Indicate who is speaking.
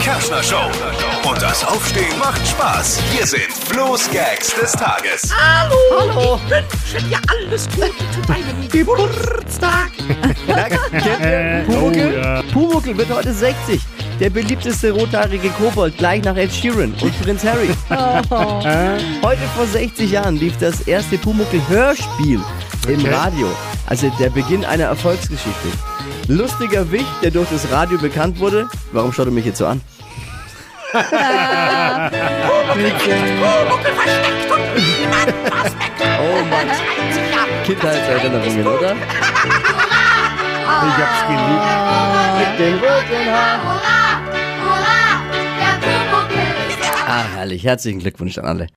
Speaker 1: Kerschner Show. Und das Aufstehen macht Spaß. Hier sind Flo's Gags des Tages.
Speaker 2: Hallo.
Speaker 3: Hallo.
Speaker 2: Ich wünsche dir alles Gute zu deinem Geburtstag.
Speaker 3: Pumuckl? Pumuckl wird heute 60. Der beliebteste rothaarige Kobold, gleich nach Ed Sheeran und Prinz Harry. Heute vor 60 Jahren lief das erste Pumuckl-Hörspiel im
Speaker 4: Okay.
Speaker 3: Radio. Also der Beginn einer Erfolgsgeschichte. Lustiger Wicht, der durch das Radio bekannt wurde. Warum schaut er mich jetzt so an?
Speaker 2: Pumuckl versteckt und niemand was bekommt.
Speaker 3: Oh Mann,
Speaker 2: Das einzige Jahr, das
Speaker 3: Kindheitserinnerungen, oder?
Speaker 4: Ich hab's geliebt.
Speaker 2: Ah.
Speaker 3: Mit den roten Haaren.
Speaker 5: Hurra! Hurra! Der Pumuckl ist
Speaker 3: Ah, herrlich. Herzlichen Glückwunsch an alle.